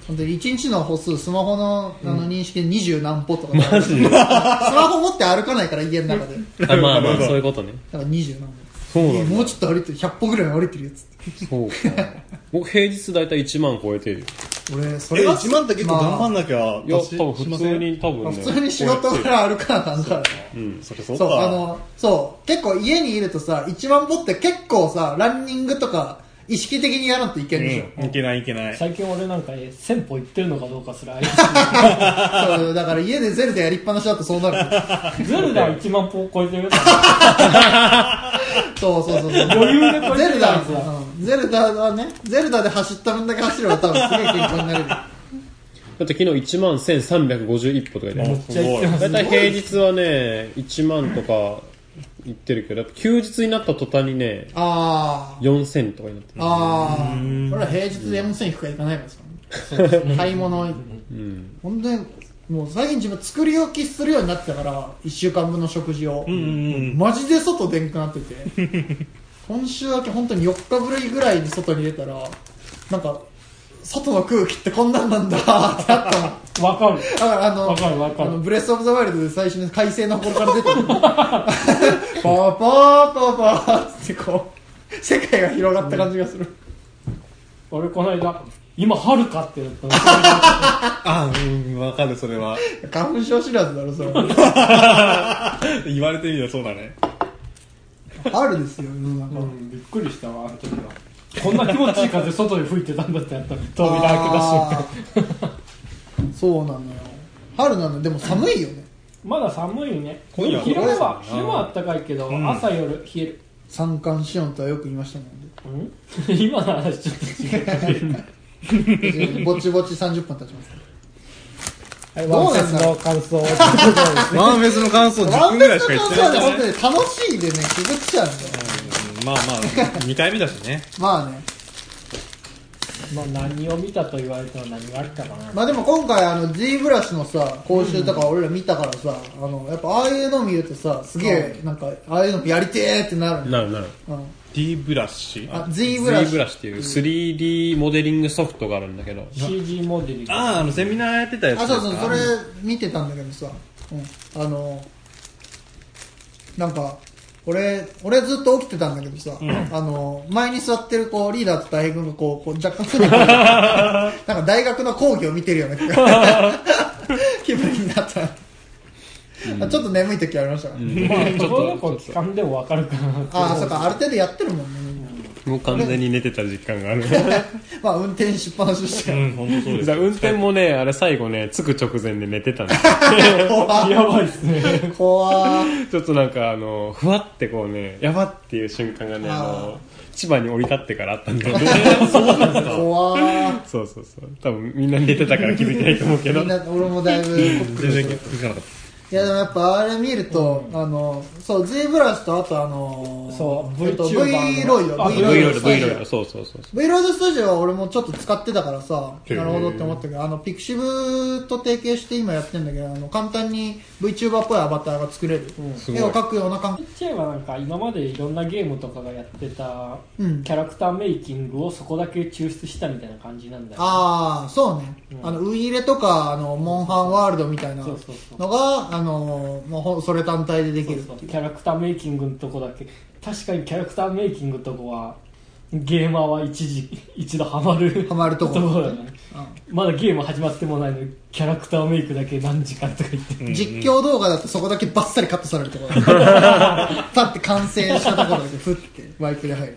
Speaker 2: 本当に1日の歩数、スマホのあの認識で20何歩とか。マジスマホ持って歩かないから、家の中で。
Speaker 4: あまあまあそういうことね
Speaker 2: だから20何歩。
Speaker 4: そう
Speaker 2: いやもうちょっと歩いてる100歩ぐらい歩いてるやつって
Speaker 4: そうか僕平日大体1万超えてるよ
Speaker 2: 俺そ
Speaker 3: え
Speaker 2: れは
Speaker 3: 1万って結構頑張ん
Speaker 2: ま
Speaker 3: なきゃ
Speaker 4: いや
Speaker 3: 達
Speaker 4: 多
Speaker 3: 成し
Speaker 4: 分
Speaker 3: ま
Speaker 4: 普
Speaker 3: せ
Speaker 4: 通
Speaker 3: ん
Speaker 4: に多分
Speaker 2: あ
Speaker 4: ね
Speaker 2: 普通に仕事から歩かなあかんから
Speaker 4: うん
Speaker 3: そりゃそう
Speaker 2: そう
Speaker 3: か
Speaker 2: あのそう結構家にいるとさ1万歩って結構さランニングとか意識的にやらんといけんでしょ、
Speaker 3: うんいけないいけない
Speaker 1: 最近俺なんかえ1000歩行ってるのかどうかすら
Speaker 2: そうだから家でゼルダやりっぱなしだとそうな る
Speaker 1: ゼルダ1万歩を超えてる
Speaker 2: そうそうそうそう
Speaker 1: 余裕で超え
Speaker 2: ゼ
Speaker 1: て
Speaker 2: ル
Speaker 1: る
Speaker 2: ダ
Speaker 1: やつは
Speaker 2: うんゼルダはねゼルダで走った分だけ走れば多分すげえ健康になれる
Speaker 5: だって昨日1万1351歩とか言って
Speaker 3: あすごい
Speaker 5: だいたい平日はね、1万とか行ってるけど、やっぱ休日になった途端にね、
Speaker 2: あー
Speaker 5: 4000とかになってる。
Speaker 2: あー俺ら平日で4000行くか行かないからさ買い物
Speaker 5: うん。
Speaker 2: 本当にもう最近自分作り置きするようになってたから1週間分の食事を、
Speaker 3: うんうん
Speaker 2: マジで外出んくなってて今週明け本当に4日ぶりぐらいに外に出たらなんか外の空気ってこんなんなんだ ってなったの
Speaker 1: わかる
Speaker 2: ああの
Speaker 1: わかるわかる
Speaker 2: あのブレス・オブ・ザ・ワイルドで最初の快晴の方から出て るパーパーパーパーってこう世界が広がった感じがする、
Speaker 1: 俺この間今春かってやったの
Speaker 3: あうんわかるそれは
Speaker 2: 花粉症知らずだろそれは
Speaker 3: 言われてみればそうだね
Speaker 2: 春ですよ世の 中、
Speaker 1: うんびっくりしたわあの時はこんな気持ちいい風外で吹いてたんだってやったの扉開けた瞬間
Speaker 2: あーそうなのよ春なのよでも寒いよね
Speaker 1: まだ寒いね
Speaker 3: 今夜
Speaker 1: 昼
Speaker 3: は
Speaker 1: 間は
Speaker 3: そうだな
Speaker 1: 昼間は暖かいけど、
Speaker 3: ん
Speaker 1: 朝夜冷える
Speaker 2: 三寒四温とはよく言いましたもんね
Speaker 1: うん 今の話ちょっと違う
Speaker 2: ぼちぼち30分経ちます
Speaker 1: はい
Speaker 2: ど
Speaker 1: ワ
Speaker 2: う
Speaker 1: ン
Speaker 2: な
Speaker 1: セ
Speaker 2: ん
Speaker 1: ス
Speaker 2: だろ
Speaker 1: の感想を は
Speaker 3: ワンフェスの感想10分ぐらいしか言ってない
Speaker 2: ワンペースの感想はね本当に楽しいでね気づくちゃうんだよ
Speaker 3: まあまあ2回目だしね
Speaker 2: まあね
Speaker 1: まあ何を見たと言われても何があったかな、
Speaker 2: まあでも今回あの G ブラシのさ講習とか俺ら見たからさ、あのやっぱああいうの見るとさすげえなんかああいうのやりてーってなるね、
Speaker 5: なるなる。
Speaker 2: うん
Speaker 3: D ブラシ
Speaker 2: あ Z ブラシ
Speaker 5: Z ブラシっていう 3D モデリングソフトがあるんだけど、
Speaker 1: CG モデリング
Speaker 3: あああのセミナーやってたやつ
Speaker 2: あそうそうそれ
Speaker 3: あ
Speaker 2: 見てたんだけどさ、うん、あのなんか俺俺ずっと起きてたんだけどさ、あの前に座ってるこうリーダーと大平君がこうこう若干すぐなんか大学の講義を見てるような気が気分になった、あちょっと眠い時ありましたから、
Speaker 1: まあそこの子期 間でも分かるかなって
Speaker 2: ああそっかある程度やってるもんねみんな
Speaker 5: もう完全に寝てた実感 がある。
Speaker 2: まあ運転しっぱなしでした
Speaker 3: う
Speaker 2: よ
Speaker 3: ん本当そうです
Speaker 5: だから運転もね、あれ最後ね、着く直前で寝てたんだよ
Speaker 2: 怖
Speaker 1: やばいっす ね
Speaker 2: 怖ー
Speaker 5: ちょっとなんかあの、ふわってこうね、やばっていう瞬間がね、あの、千葉に降り立ってからあっ たんだよね。
Speaker 2: 怖ー
Speaker 5: そうそうそう。多分みんな寝てたから気づいてないと思うけ
Speaker 2: み
Speaker 5: ど
Speaker 2: ん。な俺もだいぶ
Speaker 3: 全然聞かなかっ
Speaker 2: いやでもやっぱあれ見ると、あのそう Z ブラシとあとあの
Speaker 1: そう
Speaker 2: V ロイド
Speaker 1: VTuber の
Speaker 2: V ロイド
Speaker 1: あ
Speaker 2: V
Speaker 5: いろいろ、
Speaker 2: ロイドス
Speaker 5: い
Speaker 2: タジ
Speaker 5: ろ
Speaker 2: オ
Speaker 5: いろ、そうそうそう。
Speaker 2: V ロイドスタジオは俺もちょっと使ってたからさなるほどって思ったけどあのピクシブと提携して今やってるんだけどあの簡単に VTuber っぽいアバターが作れる、
Speaker 1: す
Speaker 2: 絵を描くような感
Speaker 1: ピ
Speaker 2: じ
Speaker 1: ッチはなんか今までいろんなゲームとかがやってたキ
Speaker 2: うん
Speaker 1: ャラクターメイキングをそこだけ抽出したみたいな感じなんだよ、
Speaker 2: ああそうね、あのウイイレとかあのモンハンワールドみたいな
Speaker 1: そうそうそう
Speaker 2: のがあのもうほんそれ単体ででき
Speaker 1: そう
Speaker 2: る
Speaker 1: そうキャラクターメイキングのとこだけ確かにキャラクターメイキングのとこはゲーマーは一時 一度ハマる
Speaker 2: ハマるとこ
Speaker 1: だね
Speaker 2: うん
Speaker 1: まだゲーム始まってもないのにキャラクターメイクだけ何時間とか言って
Speaker 2: 実況動画だとそこだけバッサリカットされるところパッて完成したところだけフッてワイプで入る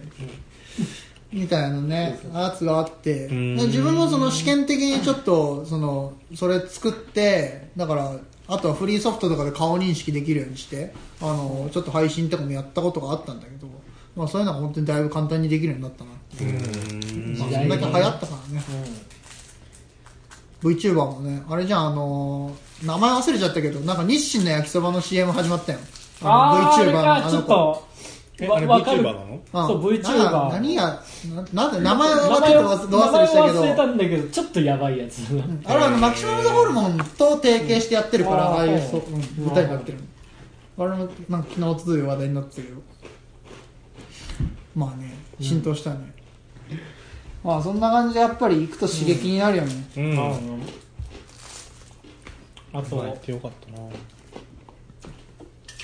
Speaker 2: みたいなねやつがあって
Speaker 3: ん
Speaker 2: で自分もその試験的にちょっとそのそれ作ってだからあとはフリーソフトとかで顔認識できるようにしてあのちょっと配信とかもやったことがあったんだけど、まあ、そういうのが本当にだいぶ簡単にできるようになったなっていう、まあ、そんだけ流行ったからね VTuber もねあれじゃんあのー名前忘れちゃったけどなんか日清の焼きそばの CM 始まったよ
Speaker 1: あーあれかちょっ
Speaker 2: 子
Speaker 1: と
Speaker 3: たあ
Speaker 1: わ
Speaker 3: れ
Speaker 1: わかる
Speaker 3: VTuber なの
Speaker 2: うん
Speaker 1: そう VTuber
Speaker 2: なんか何やななんで名前
Speaker 1: 名
Speaker 2: は
Speaker 1: 前
Speaker 2: ちょ
Speaker 1: を
Speaker 2: っと
Speaker 1: 名
Speaker 2: ど忘
Speaker 1: 前
Speaker 2: れしたけ
Speaker 1: 忘れた
Speaker 2: ど
Speaker 1: んだけどちょっとやばいやつだな
Speaker 2: あれはあのマキシマムズホルモンと提携してやってるから、
Speaker 1: うん
Speaker 2: ああい
Speaker 1: あ
Speaker 2: う
Speaker 1: ー
Speaker 2: そう、うん
Speaker 1: うん
Speaker 2: 舞台になってるあれもなんか昨日つい話題になってたけどまあね浸透したね、まあそんな感じでやっぱり行くと刺激になるよね、
Speaker 3: うん
Speaker 1: あと、
Speaker 3: 行ってよかったな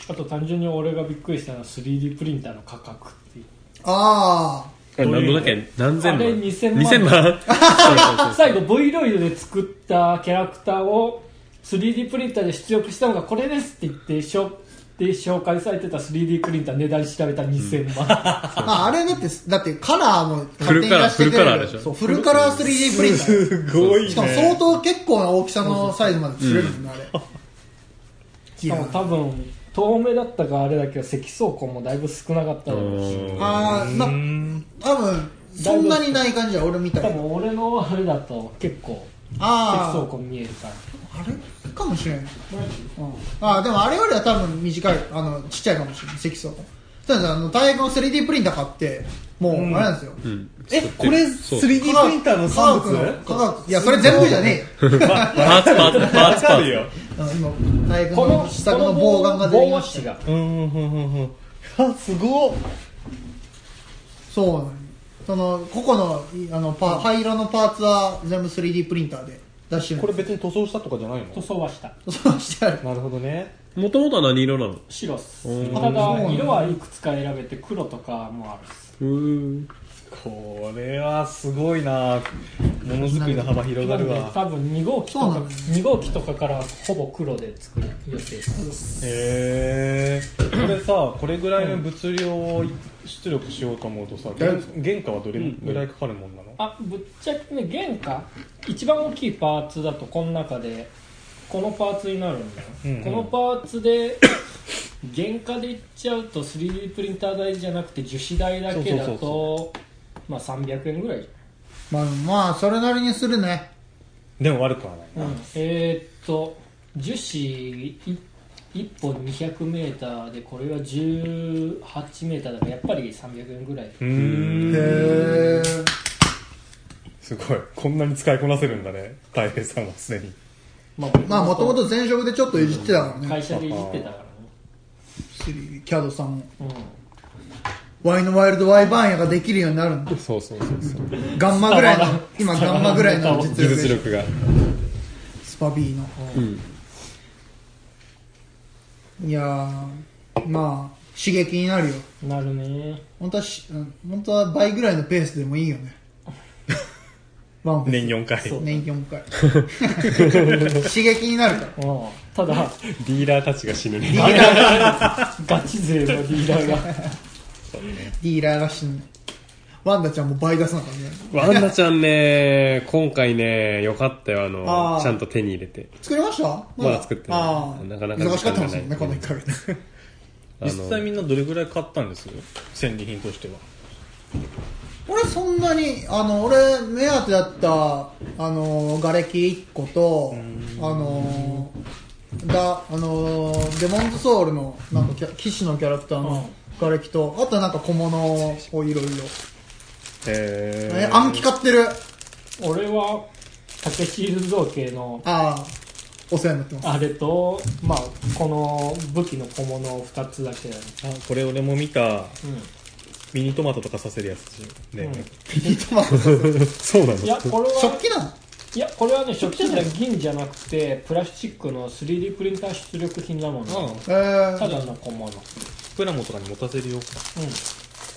Speaker 1: あと単純に俺がびっくりしたのは 3D プリンターの価格っていう
Speaker 2: ああ
Speaker 5: 何だっけ何
Speaker 1: あ
Speaker 5: 千
Speaker 1: れ
Speaker 5: 万
Speaker 1: 2000万
Speaker 5: 2000万
Speaker 1: 最後 V ロイドで作ったキャラクターを 3D プリンターで出力したのがこれですって言ってしょで紹介されてた 3D プリンター値段調べたら2000万、
Speaker 2: まあ、あれだって、だってカラーも勝手に
Speaker 5: フルカ
Speaker 2: 出
Speaker 5: ラー
Speaker 2: してくれる
Speaker 5: フルカラーでしょ
Speaker 2: そう、フルカラー 3D プリンター。
Speaker 3: すごいね
Speaker 2: しかも相当結構な大きさのサイズまで作れるもんね、あれ。い
Speaker 1: しかも
Speaker 2: や
Speaker 1: 多分透明だったかあれだけど積層光もだいぶ少なかっただろうし
Speaker 2: あー、な、多分、そんなにない感じは俺みたい
Speaker 1: 多
Speaker 2: な。
Speaker 1: 分俺のあれだと結構積層
Speaker 2: あ
Speaker 1: 光見えるから
Speaker 2: あ、あれかもしれない。うん、ああ、でもあれよりは多分短い、あの、ちっちゃいかもしれない、積層が。たださあの大学の 3D プリンター買ってもう、
Speaker 3: うん
Speaker 2: あれなんですよ
Speaker 5: うん
Speaker 3: えこれ
Speaker 5: そう
Speaker 3: 3D プリンターの
Speaker 2: 科
Speaker 3: 産
Speaker 2: 学の科
Speaker 3: 物
Speaker 2: 学いやそれ全部じゃねえよ
Speaker 5: パーツパーツパー
Speaker 3: わ
Speaker 5: ツパ
Speaker 3: か
Speaker 5: ー
Speaker 3: る
Speaker 5: ツ
Speaker 3: よ
Speaker 2: うん今大学
Speaker 1: この
Speaker 2: の試作の棒眼が出てきましたよ
Speaker 1: が
Speaker 3: うんうんうんうんあすごっ
Speaker 2: そうなのよその個々のいあのパ灰色のパーツは全部 3D プリンターで出してる
Speaker 3: これ別に塗装したとかじゃない
Speaker 1: 塗
Speaker 3: の
Speaker 1: 装はした
Speaker 2: そうしてある
Speaker 3: なるほどね
Speaker 5: もともとは何色なの
Speaker 1: 白っす
Speaker 5: うん
Speaker 1: た
Speaker 2: そうなん
Speaker 1: だ
Speaker 2: だ
Speaker 1: 色はいくつか選べて黒とかもあるっす
Speaker 5: うーん
Speaker 3: これはすごいなものづくりの幅広がる
Speaker 1: なん
Speaker 3: わ
Speaker 1: で多分2号機と
Speaker 2: そう
Speaker 1: か
Speaker 2: なんだよ
Speaker 1: 2号機とかからほぼ黒で作る予定です
Speaker 3: へえこれさこれぐらいの物量を出力しようと思うとさ原原価はどれぐらいかかるもんなの、
Speaker 1: あぶっちゃけね原価一番大きいパーツだとこの中でこのパーツになるんだよ、
Speaker 3: うんうん
Speaker 1: このパーツで 原価でいっちゃうと 3D プリンター代じゃなくて樹脂代だけだ
Speaker 3: そうそうそう
Speaker 1: とまあ300円ぐらいじ
Speaker 2: まあまあそれなりにするね
Speaker 3: でも悪くはない
Speaker 1: ゃん、えー、っと樹脂1本 200m でこれは 18m だからやっぱり300円ぐらい
Speaker 3: うん
Speaker 2: へえ
Speaker 3: すごいこんなに使いこなせるんだねたい平さんはすでに
Speaker 1: まあ
Speaker 2: まあもともと前職でちょっといじってたからね
Speaker 1: 会社でいじってたからね
Speaker 2: 3D キャドさんも
Speaker 1: うん
Speaker 2: ワイのワイルドワイバーンやができるようになるんだ
Speaker 5: そうそうそうそう
Speaker 2: ガンマぐらいの今ガンマぐらいの実
Speaker 5: 技
Speaker 2: 力で
Speaker 5: 術
Speaker 2: しょ
Speaker 5: 力が
Speaker 2: スパビーの
Speaker 5: うん
Speaker 2: いやーまあ刺激になるよ
Speaker 1: なるね
Speaker 2: 本当はし、うん、本当は倍ぐらいのペースでもいいよ ねワンフェ
Speaker 3: 年4回
Speaker 2: ス年4回刺激になるから
Speaker 1: うんた だ
Speaker 5: ディーラーたちが死ぬね
Speaker 2: ディーラーが
Speaker 1: ガチ勢のリーダーが
Speaker 2: ディーラーが死ぬワンダちゃんも倍出さなかったね
Speaker 5: ワンダちゃんね今回ねよかったよあの
Speaker 2: あー
Speaker 5: ちゃんと手に入れて
Speaker 2: 作りましたま
Speaker 5: まだ作ってない
Speaker 2: あー
Speaker 5: なかなか
Speaker 2: 忙しかったんですよねこの1ヶ月
Speaker 5: あの
Speaker 3: 実際みんなどれぐらい買ったんです戦利品としては
Speaker 2: 俺そんなにあの俺目当てだったあの瓦礫1個とあのだあのデモンズソウルのなんかキャ騎士のキャラクターの瓦礫とあとなんか小物をいろいろ
Speaker 3: へ
Speaker 2: え暗記買ってる
Speaker 1: 俺は竹シール造形の
Speaker 2: ああお世話になってます
Speaker 1: あれとまあこの武器の小物を2つだけだね
Speaker 3: あこれ俺も見た
Speaker 1: う
Speaker 3: ミニトマトとかさせるやつね、
Speaker 1: ん、
Speaker 2: ピニトマトさん
Speaker 3: そうなの
Speaker 1: いやこれは
Speaker 2: 食器なの
Speaker 1: いやこれはね食器じゃ銀じゃなくてプラスチックの 3D プリンター出力品だもんね
Speaker 3: あ
Speaker 2: え
Speaker 1: た
Speaker 2: ー、
Speaker 1: だの小物
Speaker 3: プラモとかに持たせるよ
Speaker 1: うん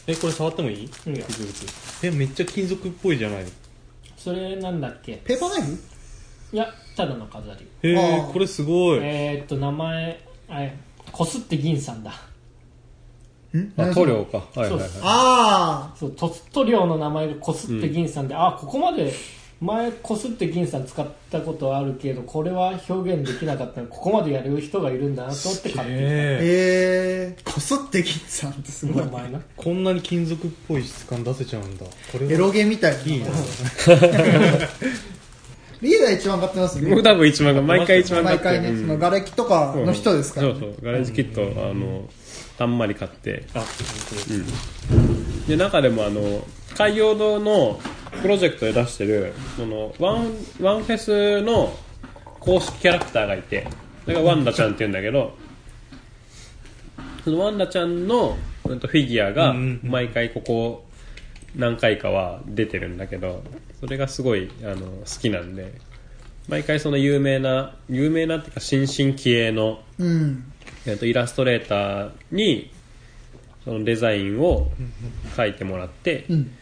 Speaker 3: えこれ触ってもいい
Speaker 1: いいよ
Speaker 3: 実物えめっちゃ金属っぽいじゃない
Speaker 1: それなんだっけ
Speaker 2: ペーパーナイフ
Speaker 1: いやただの飾り
Speaker 3: え
Speaker 2: あー
Speaker 3: ー、これすごい、
Speaker 1: えー、っと名前あれこすって銀さんだ
Speaker 2: ん
Speaker 5: あ塗料かはいはいはい
Speaker 2: あ
Speaker 1: そう塗塗料の名前がこすって銀さんで、あここまで前こすって銀さん使ったことはあるけどこれは表現できなかったのここまでやる人がいるんだなと思って買って
Speaker 2: ー
Speaker 3: え
Speaker 2: えー、こすって銀さんってす
Speaker 1: き
Speaker 2: ご
Speaker 1: た
Speaker 2: い
Speaker 1: 名前な
Speaker 3: ー、こんなに金属っぽい質感出せちゃうんだこれは
Speaker 2: エ ロゲみたい
Speaker 3: いい
Speaker 2: な
Speaker 3: な
Speaker 2: リーダー一番買ってますよ
Speaker 5: 僕
Speaker 2: ね
Speaker 5: 多分一番が毎回一番
Speaker 2: 毎
Speaker 5: 買って
Speaker 2: 回ね、その瓦礫とかの人ですから、ね
Speaker 5: そうそうガレージキット、あのたんまり買って
Speaker 3: あ本
Speaker 5: で中でもあの海洋堂のプロジェクトで出してるそのワンワンフェスの公式キャラクターがいてそれがワンダちゃんっていうんだけどそのワンダちゃんのうんとフィギュアが
Speaker 3: うんうんうん
Speaker 5: 毎回ここ何回かは出てるんだけどそれがすごいあの好きなんで毎回その有名な有名なっていうか新進気鋭の
Speaker 2: うん
Speaker 5: えっと、イラストレーターにそのデザインを書いてもらって、
Speaker 2: うん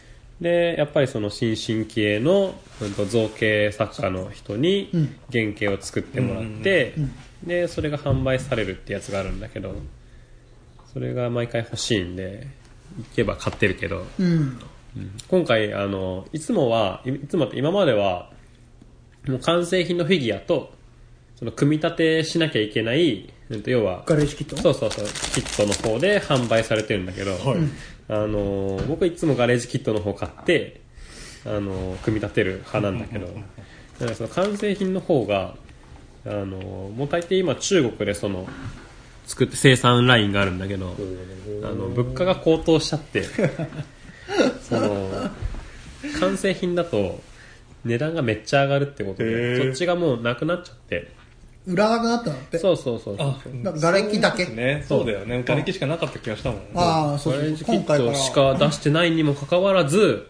Speaker 5: でやっぱりその新進気鋭の、うん、と造形作家の人に
Speaker 2: うん
Speaker 5: 原型を作ってもらって、でそれが販売されるってやつがあるんだけどそれが毎回欲しいんで行けば買ってるけど
Speaker 2: うん
Speaker 5: 今回あのいつもはいいつもって今まではもう完成品のフィギュアとその組み立てしなきゃいけない、うん、と要は
Speaker 2: ガレージキット
Speaker 5: そうそうそうキットの方で販売されてるんだけど、あのー僕いつもガレージキットの方買って、あのー組み立てる派なんだけどなんかその完成品の方が、あのーもう大抵今中国でその作って生産ラインがあるんだけど、あの物価が高騰しちゃってその完成品だと値段がめっちゃ上がるってこと
Speaker 3: へ
Speaker 5: で
Speaker 3: ー
Speaker 5: そっちがもうなくなっちゃって
Speaker 2: 売らなくなったんだって。
Speaker 5: そうそうそうそう
Speaker 2: だから瓦礫だけ。
Speaker 3: ねそうだよね瓦礫しかなかった気がしたもん
Speaker 2: ああ、そう
Speaker 5: ガ
Speaker 2: そ
Speaker 5: レー
Speaker 2: う
Speaker 5: ジ
Speaker 2: そう。
Speaker 5: キ
Speaker 2: 今
Speaker 5: ッ
Speaker 2: 回か
Speaker 5: ト
Speaker 2: ら。
Speaker 5: しか出してないにもかかわらず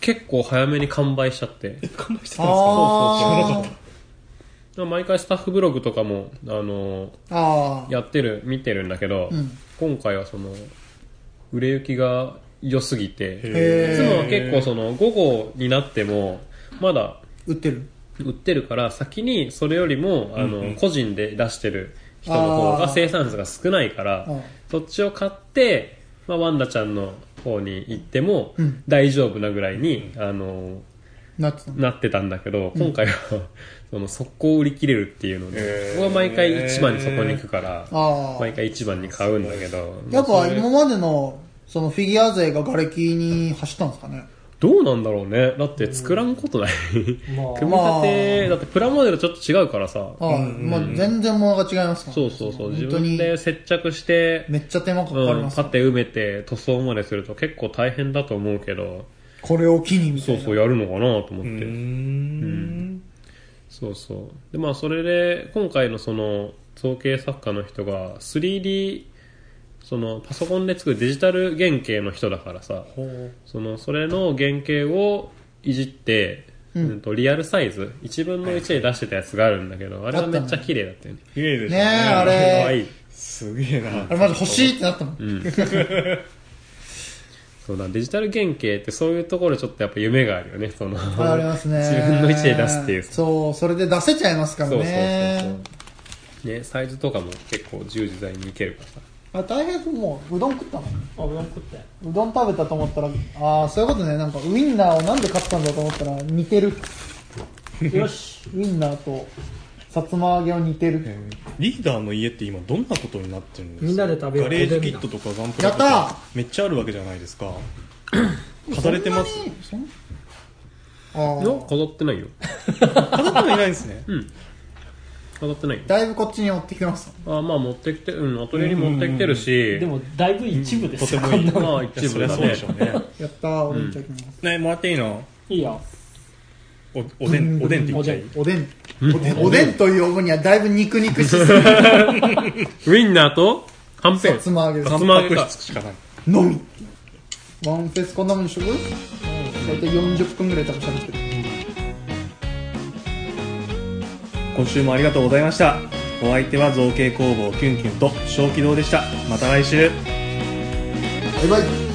Speaker 5: 結構早めに完売しちゃって
Speaker 3: 完売してたんです
Speaker 2: あー
Speaker 5: 毎回スタッフブログとかもあの
Speaker 2: あー。
Speaker 5: やってる見てるんだけど、
Speaker 2: うん
Speaker 5: 今回はその売れ行きが良すぎていつもは
Speaker 2: へえ。
Speaker 5: 結構その午後になってもまだ
Speaker 2: 売ってる。
Speaker 5: 売ってるから先にそれよりもあの、
Speaker 3: うんうん
Speaker 5: 個人で出してる人の方
Speaker 2: あ
Speaker 5: が
Speaker 2: ー
Speaker 5: 生産数が少ないから
Speaker 2: うん
Speaker 5: そっちを買って、まあ、ワンダちゃんの方に行っても
Speaker 2: うん
Speaker 5: 大丈夫なぐらいに、あの
Speaker 2: なってたの
Speaker 5: なってたんだけど今回は その速攻売り切れるっていうの
Speaker 3: へ
Speaker 5: で
Speaker 3: ー
Speaker 5: 僕は毎回市場にそこに行くから
Speaker 2: ああ。
Speaker 5: 毎回市場に買うんだけど
Speaker 2: やっ
Speaker 5: まあ
Speaker 2: ぱ
Speaker 5: それ
Speaker 2: 今までの、そのフィギュア勢が瓦礫に走ったんですかね。
Speaker 5: どうなんだろうねだって作らんことない
Speaker 1: まあ
Speaker 5: 組み立てだってプラモデルちょっと違うからさ
Speaker 2: ああ、まあ全然物が違いますからね
Speaker 5: そうそうそう自
Speaker 2: 本当
Speaker 5: 分
Speaker 2: に、
Speaker 5: で接着して
Speaker 2: めっちゃ手間かかり
Speaker 5: うん
Speaker 2: ますよ、
Speaker 5: 縦埋めて塗装まですると結構大変だと思うけど
Speaker 2: これを機にみた
Speaker 5: そ
Speaker 2: いうな。
Speaker 5: そうやるのかなと思っ
Speaker 3: うー
Speaker 5: て、
Speaker 3: ん
Speaker 5: そうそうでまあそれで今回のその造形作家の人が 3D そのパソコンで作るデジタル原型の人だからさそのそれの原型をいじって、う
Speaker 2: うんん
Speaker 5: とリアルサイズ1分の1で出してたやつがあるんだけどあれはめっちゃ綺麗だったよね
Speaker 3: 綺麗でし
Speaker 2: ね
Speaker 3: た
Speaker 2: え、あ
Speaker 5: 可愛
Speaker 2: れ。
Speaker 5: い
Speaker 3: すげえな
Speaker 2: あれまず欲しいってなったもん。
Speaker 5: そうだデジタル原型ってそういうところちょっとやっぱ夢があるよねその
Speaker 2: ありますね。
Speaker 5: 自分の位置で出すっていう
Speaker 2: そう、それで出せちゃいますから
Speaker 5: そうそう
Speaker 2: ね。
Speaker 5: そうそうねサイズとかも結構自由自在にいけるからさ
Speaker 2: あ大変ですもう、うどん食ったの
Speaker 1: あうどん食ったよ
Speaker 2: うどん食べたと思ったら、ああ、そういうことね。なんか、ウインナーをなんで買ったんだと思ったら、似て る。
Speaker 1: よし
Speaker 2: ウインナーと、さつま揚げを似てる。
Speaker 3: リーダーの家って今どんなことになってるんですか
Speaker 1: みんなで食べよう
Speaker 3: ガレージキットとかガンプラと
Speaker 2: やった
Speaker 3: かめっちゃあるわけじゃない ですか飾れてます
Speaker 2: そんあ
Speaker 5: いや
Speaker 2: あ、
Speaker 5: 飾ってないよ
Speaker 3: 飾ってはいないんですね
Speaker 5: 飾ってないよ
Speaker 2: だいぶこっちに寄ってきてます。
Speaker 5: あまあ持ってきてうんアトリエに持ってきてるし
Speaker 1: でもだいぶ一部ですよ、こんなもん
Speaker 5: まあ一部だ
Speaker 3: そりゃそう
Speaker 5: ね
Speaker 3: でしょうね
Speaker 2: やったー、俺いただきます。
Speaker 3: ねもらっていいの
Speaker 1: いいよ
Speaker 3: おおでんおでんって言
Speaker 1: お
Speaker 3: っち
Speaker 1: で
Speaker 3: ゃい
Speaker 1: ん
Speaker 3: い
Speaker 2: おでん。おでんおでんという呼ぶにはだいぶ肉肉しすぎる。
Speaker 5: ウインナーとはんぺ
Speaker 2: さ
Speaker 5: ん
Speaker 2: つま揚げです
Speaker 5: さ。つ
Speaker 3: 三
Speaker 5: ま揚げ
Speaker 3: 泊
Speaker 5: か
Speaker 3: 室しかない
Speaker 2: のみワンフェスこんなもんにしとく大体40分ぐらい多分喋ってる。
Speaker 3: 今週もありがとうございましたお相手は造形工房キュンキュンと小気道でしたまた来週
Speaker 2: バイバイ